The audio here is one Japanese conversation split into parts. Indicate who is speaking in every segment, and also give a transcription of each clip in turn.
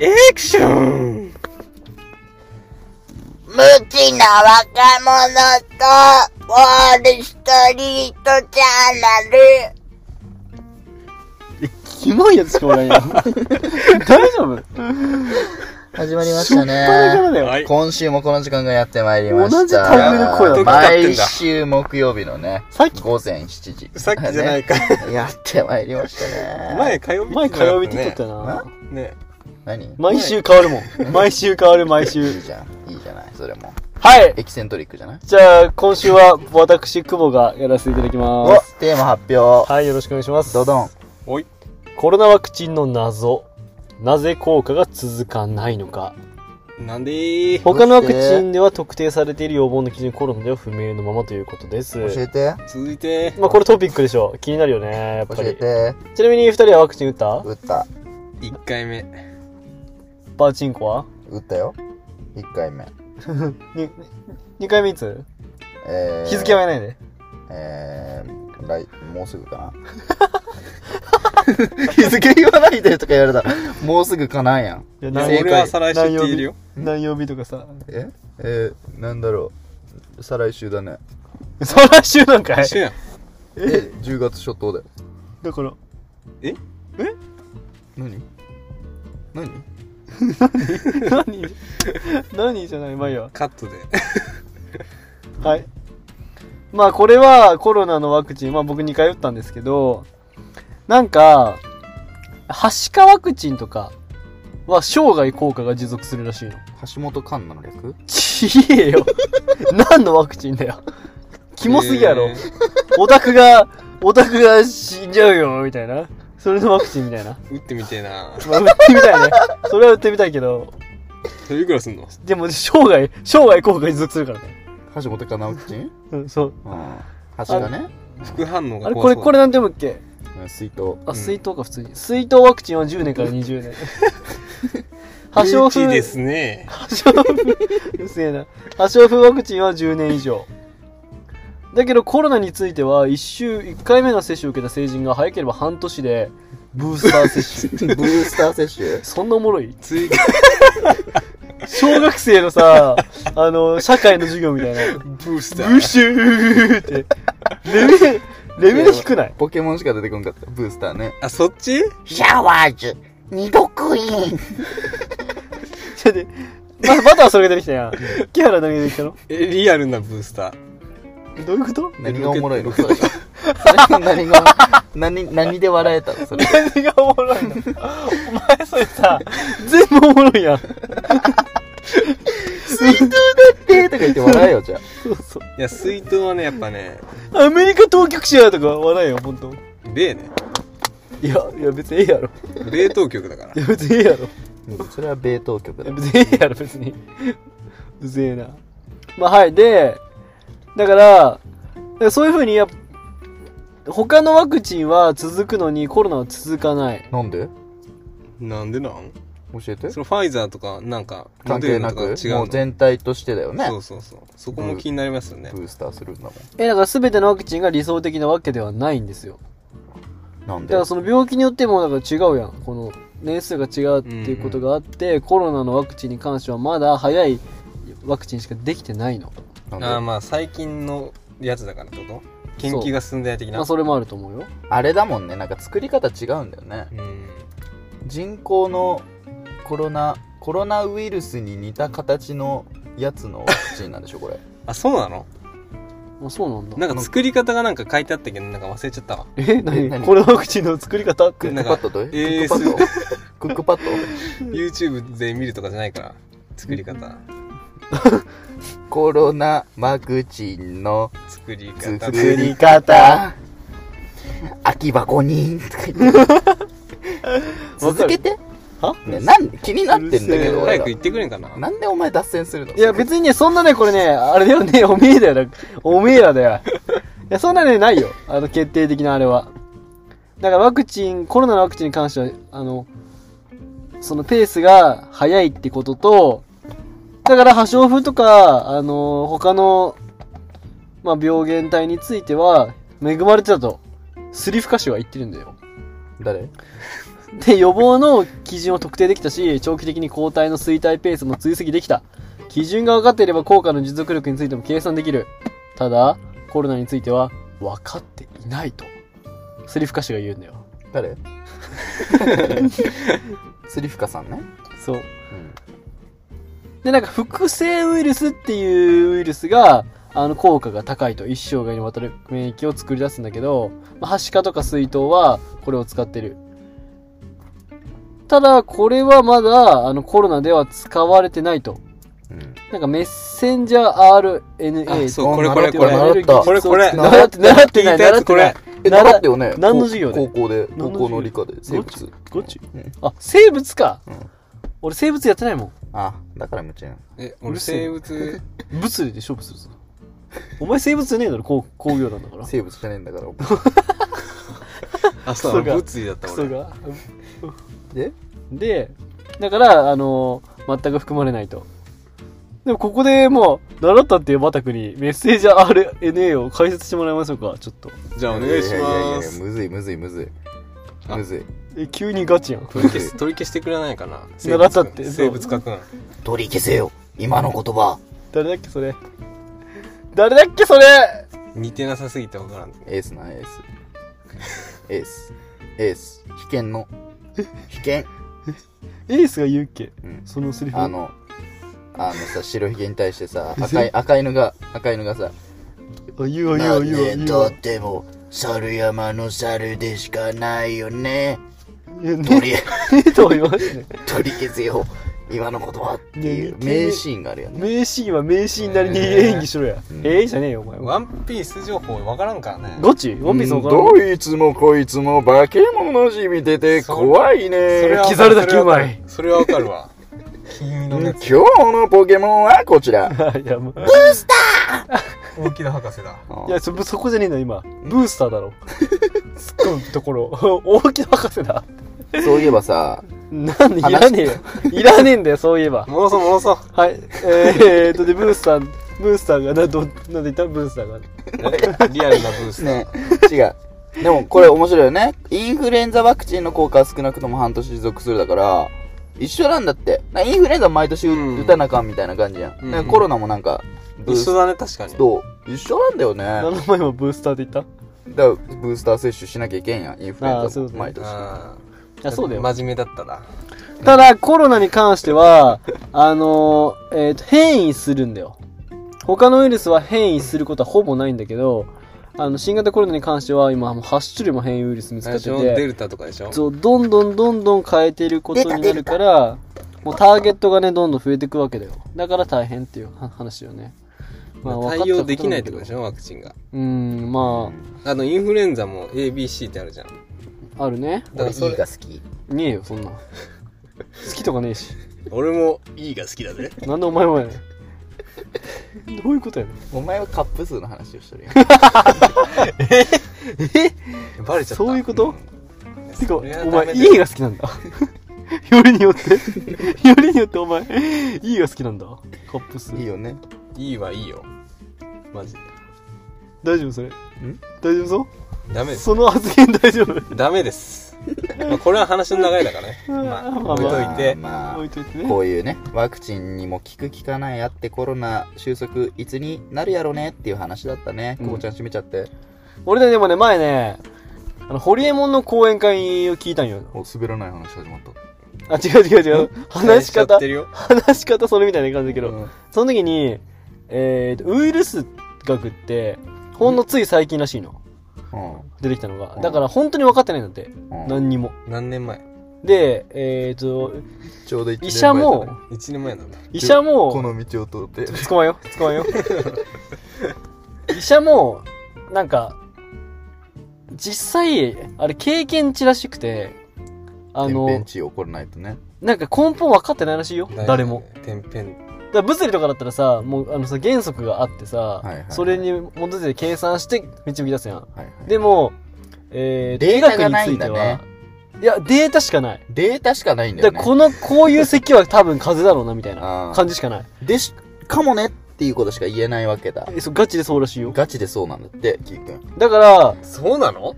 Speaker 1: エクション
Speaker 2: 無知な若者と、ウォールストリートチャンネル。
Speaker 3: え、キモいやつしかおらんやん。大丈夫
Speaker 4: 始まりました
Speaker 3: 初っ端からだ
Speaker 4: ね。
Speaker 3: よ
Speaker 1: はい。
Speaker 4: 今週もこの時間がやってまいりました。
Speaker 3: 同じタイミングで声
Speaker 1: を
Speaker 4: 毎週木曜日のね、
Speaker 3: さっき、
Speaker 4: 午前7時。
Speaker 1: さっきじゃない
Speaker 4: ね
Speaker 1: か。
Speaker 4: やってまいりましたね。
Speaker 1: 前、火曜日
Speaker 3: 前火曜日って撮
Speaker 1: ね。
Speaker 3: ったよな。
Speaker 1: ね。
Speaker 4: 何
Speaker 3: 毎週変わるもん。毎週変わる、毎
Speaker 4: いい
Speaker 3: 週。
Speaker 4: じゃん。いいじゃない。それも。
Speaker 3: はい
Speaker 4: エキセントリックじゃない
Speaker 3: じゃあ、今週は私、久保がやらせていただき
Speaker 4: お
Speaker 3: ます。
Speaker 4: テーマ発表。
Speaker 3: はい、よろしくお願いします。
Speaker 4: ドドン。
Speaker 1: おい。
Speaker 3: コロナワクチンの謎。なぜ効果が続かないのか。
Speaker 1: なんでー
Speaker 3: 他のワクチンでは特定されている予防の基準、コロナでは不明のままということです。
Speaker 4: 教えて。
Speaker 1: 続いて、
Speaker 3: まあ、これトピックでしょう。気になるよね、やっぱ
Speaker 4: 教
Speaker 3: り
Speaker 4: え。て。
Speaker 3: ちなみに二人はワクチン打った
Speaker 4: 打った。
Speaker 1: 1回目。
Speaker 3: パーチンコは
Speaker 4: 打ったよ。1回目。
Speaker 3: に二回目いつ
Speaker 4: えー、
Speaker 3: 日付は言えないで。
Speaker 4: えー、来、もうすぐか な。日付言わないでとか言われたら、もうすぐかなんやん。
Speaker 3: いや
Speaker 1: いや
Speaker 4: 正
Speaker 1: 俺
Speaker 4: 解
Speaker 1: は再来週って言えるよ。
Speaker 3: 何曜日とかさ。
Speaker 4: ええー、なんだろう。再来週だね。
Speaker 3: 再来週なんかい
Speaker 1: 一緒やん。
Speaker 4: え、10月初頭だよ。
Speaker 3: だから、
Speaker 4: 何何
Speaker 3: 何何じゃない、まあいいわ。
Speaker 1: カットで。
Speaker 3: はい。まあこれはコロナのワクチン、まあ僕2回打ったんですけど、なんか、はしかワクチンとかは生涯効果が持続するらしいの。
Speaker 4: 橋本環奈の略
Speaker 3: ちげえよ。 何のワクチンだよ。キモすぎやろ
Speaker 1: え。ー
Speaker 3: オタクが、オタクが死んじゃうよ、みたいな。それのワクチンみたいな。
Speaker 1: 打ってみてえな。
Speaker 3: まあ、売ってみたいね。それは売ってみたいけど、
Speaker 1: それいくらすんの
Speaker 3: でも生涯、生涯効果が持続するからね。
Speaker 4: 橋本環奈ワクチン
Speaker 3: うん、そう。
Speaker 4: うん。橋がね、
Speaker 1: 副反応
Speaker 3: あ
Speaker 1: が
Speaker 3: れ、こ
Speaker 1: 怖
Speaker 3: れ、
Speaker 1: そう。
Speaker 3: これなんて読むっけ
Speaker 4: うん水筒。
Speaker 3: あ、
Speaker 1: ん
Speaker 3: 水筒か、普通に。水筒ワクチンは10年から20年。破傷風、
Speaker 1: いいですね。
Speaker 3: 破傷風、うせえな。破傷風ワクチンは10年以上。だけどコロナについては、1週、1回目の接種を受けた成人が早ければ半年で、ブースター接種。
Speaker 4: ブースター接 種
Speaker 3: そんなおもろい
Speaker 1: 追加、
Speaker 3: 小学生のさ、あの、社会の授業みたいな。
Speaker 1: ブースタ
Speaker 3: ブ
Speaker 1: ー。
Speaker 3: シューって。レベル、レベル低ない
Speaker 4: ポケモンしか出てこんかった。ブースターね。
Speaker 1: あ、そっち
Speaker 2: シャワーズ、二度クイーン。
Speaker 3: だってま、またはそれが出てきたやん。木原何が出てきたの
Speaker 1: え、リアルなブースター。
Speaker 3: どういうこと
Speaker 4: 何がおもろいの
Speaker 1: ロ
Speaker 4: そ
Speaker 1: ケ
Speaker 4: れ。それ 何が、何、何で笑えたのそれ。
Speaker 3: 何がおもろいのお前それさ、全部おもろいやん。
Speaker 4: 水筒だってとか言って 笑えよ、じゃあ。
Speaker 3: そうそ
Speaker 1: いや、水筒はね、やっぱね、
Speaker 3: う。アメリカ当局者とか笑えよ、ほんと。
Speaker 1: 例ね。
Speaker 3: いや、いや別にええやろ。
Speaker 1: 冷凍局だから
Speaker 3: い。や別にええやろ。
Speaker 4: うん それは米当局
Speaker 3: い
Speaker 4: だ
Speaker 3: や。別にええやろ、別に。うぜえな。まあはい、で、だから、でそういう風にやっぱ、他のワクチンは続くのにコロナは続かない。
Speaker 4: なんで
Speaker 1: なんでなん
Speaker 4: 教えて
Speaker 1: そのファイザーとか、なんか、
Speaker 4: 関係な
Speaker 1: モデ
Speaker 4: く
Speaker 1: ルナとか違う
Speaker 4: も
Speaker 1: の
Speaker 4: う全体としてだよね
Speaker 1: そうそうそう。そこも気になりますよね。
Speaker 4: ブースターするんだも
Speaker 3: えだから全てのワクチンが理想的なわけではないんですよ
Speaker 4: んなん
Speaker 3: だ
Speaker 4: で
Speaker 3: からその病気によってもだから違うやんこの年数が違うっていうことがあって、コロナのワクチンに関してはまだ早いワクチンしかできてないの
Speaker 4: なんで
Speaker 1: ああ、まあ、最近のやつだからってこと研究が進んでない的
Speaker 3: ま
Speaker 1: な。
Speaker 3: あそれもあると思うよ
Speaker 4: あれだもんねなんか作り方違うんだよね
Speaker 1: うん。
Speaker 4: 人工のコロナコロナウイルスに似た形のやつのワクチンなんでしょこれ
Speaker 1: あ、そうなの
Speaker 3: あそうなんだ
Speaker 1: なんか作り方がなんか書いてあったけど、なんか忘れちゃったわ。
Speaker 3: え何
Speaker 4: え何
Speaker 3: このワクチンの作り方っ
Speaker 4: ク
Speaker 3: て
Speaker 4: ックパッドとク
Speaker 1: えー
Speaker 4: ックパッドクッ クパッド
Speaker 1: YouTube で見るとかじゃないから、作り方。
Speaker 4: コロナワクチンの
Speaker 1: 作り方
Speaker 4: 作
Speaker 1: で。
Speaker 4: り方空き箱にとか言って続けて
Speaker 3: は
Speaker 4: ね、なん気になってんだけ
Speaker 3: うるせえ
Speaker 4: ど俺
Speaker 1: 早
Speaker 4: ら
Speaker 1: く言ってくれんかな。
Speaker 4: なんでお前脱線するの
Speaker 3: いや別にねそんなねこれねあれだよね おめえだよなおめえらだよいやそんなねないよあの決定的なあれはだからワクチンコロナのワクチンに関してはあのそのペースが速いってこととだから破傷風とかあの他の、まあ、病原体については恵まれてたとスリフ歌手は言ってるんだよ
Speaker 4: 誰
Speaker 3: で、予防の基準を特定できたし、長期的に抗体の衰退ペースも追跡できた。基準が分かっていれば効果の持続力についても計算できる。ただ、コロナについては分かっていないと。スリフカシが言うんだよ。
Speaker 4: 誰スリフカさんね、
Speaker 3: そう。で、なんか、複製ウイルスっていうウイルスが、あの、効果が高いと、一生涯にわたる免疫を作り出すんだけど、まあ、ハシカとか水筒は、これを使ってる。ただ、これはまだ、あの、コロナでは使われてないと。
Speaker 4: うんうん、
Speaker 3: なんか、メッセンジャー RNA
Speaker 1: あそうこれこれこれ
Speaker 3: 習った
Speaker 1: これこれ
Speaker 3: 習って、習ってな
Speaker 1: 聞
Speaker 3: い、
Speaker 1: いたや
Speaker 3: 習
Speaker 1: つ
Speaker 3: って
Speaker 1: こ
Speaker 3: ない
Speaker 1: れ。
Speaker 4: え
Speaker 3: 習
Speaker 4: 習ったよね
Speaker 3: 何の授業で
Speaker 4: 高高校で
Speaker 3: 何の
Speaker 4: 高校の理科で生
Speaker 3: ど
Speaker 4: 物
Speaker 3: こっち
Speaker 4: うん
Speaker 3: あ、生物か
Speaker 4: うん。
Speaker 3: 俺、生物やってないもん。
Speaker 4: あだから無知なの
Speaker 1: え俺生物
Speaker 3: 物理で勝負するぞ。お前、生物じゃねえだろ、工工業なんだから。
Speaker 4: 生物じゃねえんだから
Speaker 1: あ
Speaker 3: そう
Speaker 1: そう物理だった
Speaker 3: クソ
Speaker 1: 俺
Speaker 3: が。
Speaker 4: で
Speaker 3: で、だから、あの全く含まれないと。でも、ここで、もう、習ったっていうバタクに、メッセージャー RNA を解説してもらいましょうか、ちょっと。
Speaker 1: じゃあお願いし
Speaker 4: ややや
Speaker 1: ま
Speaker 4: いや
Speaker 1: す
Speaker 4: むずいむずいむずい
Speaker 1: あ
Speaker 4: むずい
Speaker 3: え、急にガチやん。
Speaker 1: 取り消す取り消してくれないかな生
Speaker 3: 習
Speaker 1: 物
Speaker 3: ったってそう
Speaker 1: 生物科くん
Speaker 4: 取り消せよ今の言葉
Speaker 3: 誰だっけ、それ。誰だっけ、それ
Speaker 1: 似てなさすぎてわからん
Speaker 4: エースなエ ースエースエース危険の危険
Speaker 3: エースが言うっけ、
Speaker 4: うん
Speaker 3: そのセリフ。
Speaker 4: あのあのさ白ひげに対し てさ赤い赤い犬が赤い犬がさ
Speaker 3: あ、言うわ、言うわ、言うわ、言うわ。
Speaker 4: ても猿山の猿でしかないよね
Speaker 3: いやね、ね とは言わないね。
Speaker 4: 取り消せよ今の言葉っていう
Speaker 3: いや似てる
Speaker 4: 名シーンがあるよね
Speaker 3: 名シーンは名シーンなりに演技しろや。
Speaker 4: うん
Speaker 3: ええじゃねえよ、お前は。
Speaker 1: ワンピース情報わからんからね
Speaker 3: ガチワンピースのからん
Speaker 4: どいつもこいつも化け物の字見てて怖い
Speaker 1: それ
Speaker 4: ね
Speaker 1: は
Speaker 3: キザルだけうまい
Speaker 1: それはわかるわ金色のや
Speaker 4: 今
Speaker 1: つ
Speaker 4: 日のポケモンはこちら
Speaker 3: いや、もう。
Speaker 1: 大木田博士だ
Speaker 3: いやそ、そこじゃねえの、今。ブースターだろ。突っ込むところ。 大木博士だ。
Speaker 4: そういえばさ
Speaker 3: なんで、いらねえよ。いらねえんだよ、そういえば。
Speaker 1: 戻そう戻そう
Speaker 3: はい。えーっと、で、ブースター、ブースターが、な、ど、なんで言ったブースターが。
Speaker 1: えリアルなブース
Speaker 4: ね違うでもこれ面白いよねインフルエンザワクチンの効果は少なくとも半年持続するだから一緒なんだってなんかインフルエンザ毎年
Speaker 1: うん
Speaker 4: 打たなあかんみたいな感じやん,、
Speaker 1: うん
Speaker 4: なんかコロナもなんかブー
Speaker 1: 一緒
Speaker 4: ス
Speaker 1: だね確かに
Speaker 4: ト一緒なんだよね
Speaker 3: 何の前もブースターで言っ
Speaker 4: だからブースター接種しなきゃいけんやんインフルエ
Speaker 3: あ
Speaker 4: ン
Speaker 3: ーそ
Speaker 4: ザ
Speaker 3: ういう
Speaker 4: も
Speaker 3: こと
Speaker 4: 毎年
Speaker 1: あ
Speaker 3: たいや、そうだよ。
Speaker 1: 真面目だったな
Speaker 3: ただ、コロナに関しては、あのーえっ、と、変異するんだよ。他のウイルスは変異することはほぼないんだけど、あの、新型コロナに関しては、今、もう8種類も変異ウイルス見つ
Speaker 1: 最
Speaker 3: かって
Speaker 1: 初デ
Speaker 3: て、
Speaker 1: ルタとかでしょ
Speaker 3: そう、どんどんどんどん変えてることになるから、もうターゲットがね、どんどん増えていくわけだよ。だから大変っていうは話よね。
Speaker 1: 対応できないってことで
Speaker 3: しょ
Speaker 1: しょワクチンが
Speaker 3: うーん、ま
Speaker 1: あのインフルエンザも ABC ってあるじゃん
Speaker 3: あ、あるね。
Speaker 1: だからそ
Speaker 4: 俺 E
Speaker 1: れ
Speaker 4: が好き
Speaker 3: ねえよ、そんなん。好きとかねえし。
Speaker 1: 俺も E が好きだぜ
Speaker 3: なんでお前もやねん。どういうことやねん。
Speaker 4: お前はカップ数の話をし てるよ
Speaker 1: バレちゃった
Speaker 3: そういうこと
Speaker 1: ん
Speaker 3: てか、お
Speaker 1: そりゃダメだ
Speaker 3: 前、
Speaker 1: よ
Speaker 3: E が好きなんだ。 よりによ って、よりによってお前、E が好きなんだ。カップ数。
Speaker 4: いいよね
Speaker 1: E はいいよマジで
Speaker 3: 大丈夫それ。大丈夫そ
Speaker 1: ダメ
Speaker 3: う
Speaker 1: です
Speaker 3: その発言大丈 夫
Speaker 1: ダメです、まあ、これは話の流れだからねまあ
Speaker 3: まあ
Speaker 1: 置いといて
Speaker 4: まあま
Speaker 3: 置い
Speaker 4: あ
Speaker 3: といてね。
Speaker 4: こういうねワクチンにも効く効かないあってコロナ収束いつになるやろねっていう話だったね
Speaker 3: うん
Speaker 4: こうちゃん閉めちゃって
Speaker 3: 俺ね、でもね、前ね、あの、ホリエモンの講演会を聞いたんよ。
Speaker 4: お滑らない話始まった
Speaker 3: あ、違う違う違う。話し
Speaker 1: 期待ちゃっ
Speaker 3: 方
Speaker 1: て、るよ
Speaker 3: 話し方それみたいな感じだけど、
Speaker 4: うん
Speaker 3: その時に、えーと、ウイルス学って、ほんのつい最近らしいの。出てきたのが。だから本当に分かってないんだって。
Speaker 4: うん
Speaker 3: 何にも。
Speaker 1: 何年前
Speaker 3: で、えー、と、
Speaker 4: ちょうど一年前
Speaker 3: 医者も
Speaker 4: だね、
Speaker 1: 1年前なんだ
Speaker 3: 医者
Speaker 4: こ
Speaker 3: も、
Speaker 4: の道を通って
Speaker 3: 捕まえよ う、捕まえよう。医者も、なんか、実際、あれ経験値らしくて、あ
Speaker 4: 天
Speaker 3: の
Speaker 4: 変、地異起こらないとね
Speaker 3: なんか根本分かってないらしいよ、誰も。
Speaker 1: 天変
Speaker 3: だから物理とかだったらさ、もうあのさ、原則があってさ、
Speaker 4: はいはい
Speaker 3: それに基づいて計算して導き出すやん。
Speaker 4: はいはい
Speaker 3: でも、えー、
Speaker 4: データがない
Speaker 3: 医
Speaker 4: んだね
Speaker 3: いや、データしかない。
Speaker 4: データしかないんだ
Speaker 3: だ
Speaker 4: よ
Speaker 3: か
Speaker 4: ね
Speaker 3: らこの、こういう咳は多分風邪だろうな、みたい
Speaker 4: あ
Speaker 3: な
Speaker 4: ー
Speaker 3: 感じしかない。
Speaker 4: でしかもねっていうことしか言えないわけだ
Speaker 3: えそうガチでそうらしいよ。
Speaker 4: ガチでそうなんだってキー君
Speaker 3: だから、
Speaker 1: そうなの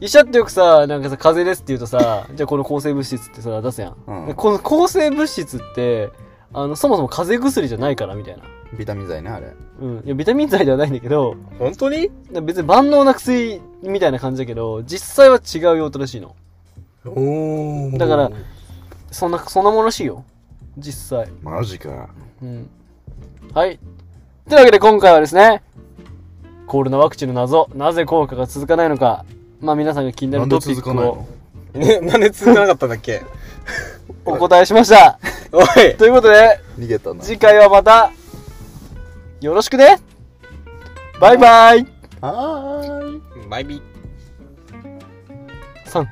Speaker 3: 医者ってよくさ、なんかさ、風邪ですって言うと さ、じゃあこの抗生物質ってさ、出すやん。
Speaker 4: うん
Speaker 3: この抗生物質って、あの、そもそも風邪薬じゃないから、みたいな。
Speaker 4: ビタミン剤ね、あれ。
Speaker 3: うん。いや、ビタミン剤ではないんだけど、
Speaker 1: 本当に
Speaker 3: 別に万能な薬みたいな感じだけど、実際は違う用途らしいの。
Speaker 1: おお
Speaker 3: だからそんな、そんなものらしいよ。実際。
Speaker 4: マジか。
Speaker 3: うん。はい。というわけで今回はですね、コロナワクチンの謎、なぜ効果が続かないのか、まあ皆さんが気にな
Speaker 4: な
Speaker 3: る
Speaker 4: んで
Speaker 3: トピ
Speaker 4: 続
Speaker 3: ック
Speaker 4: かない
Speaker 3: を
Speaker 4: の
Speaker 1: ねなんで続かなかったんだっけ
Speaker 3: お答えしました。
Speaker 1: おい
Speaker 3: ということで、
Speaker 4: 逃げたな。
Speaker 3: 次回はまた、よろしくねバイバイ
Speaker 4: はーい。
Speaker 1: バイビー
Speaker 3: !3、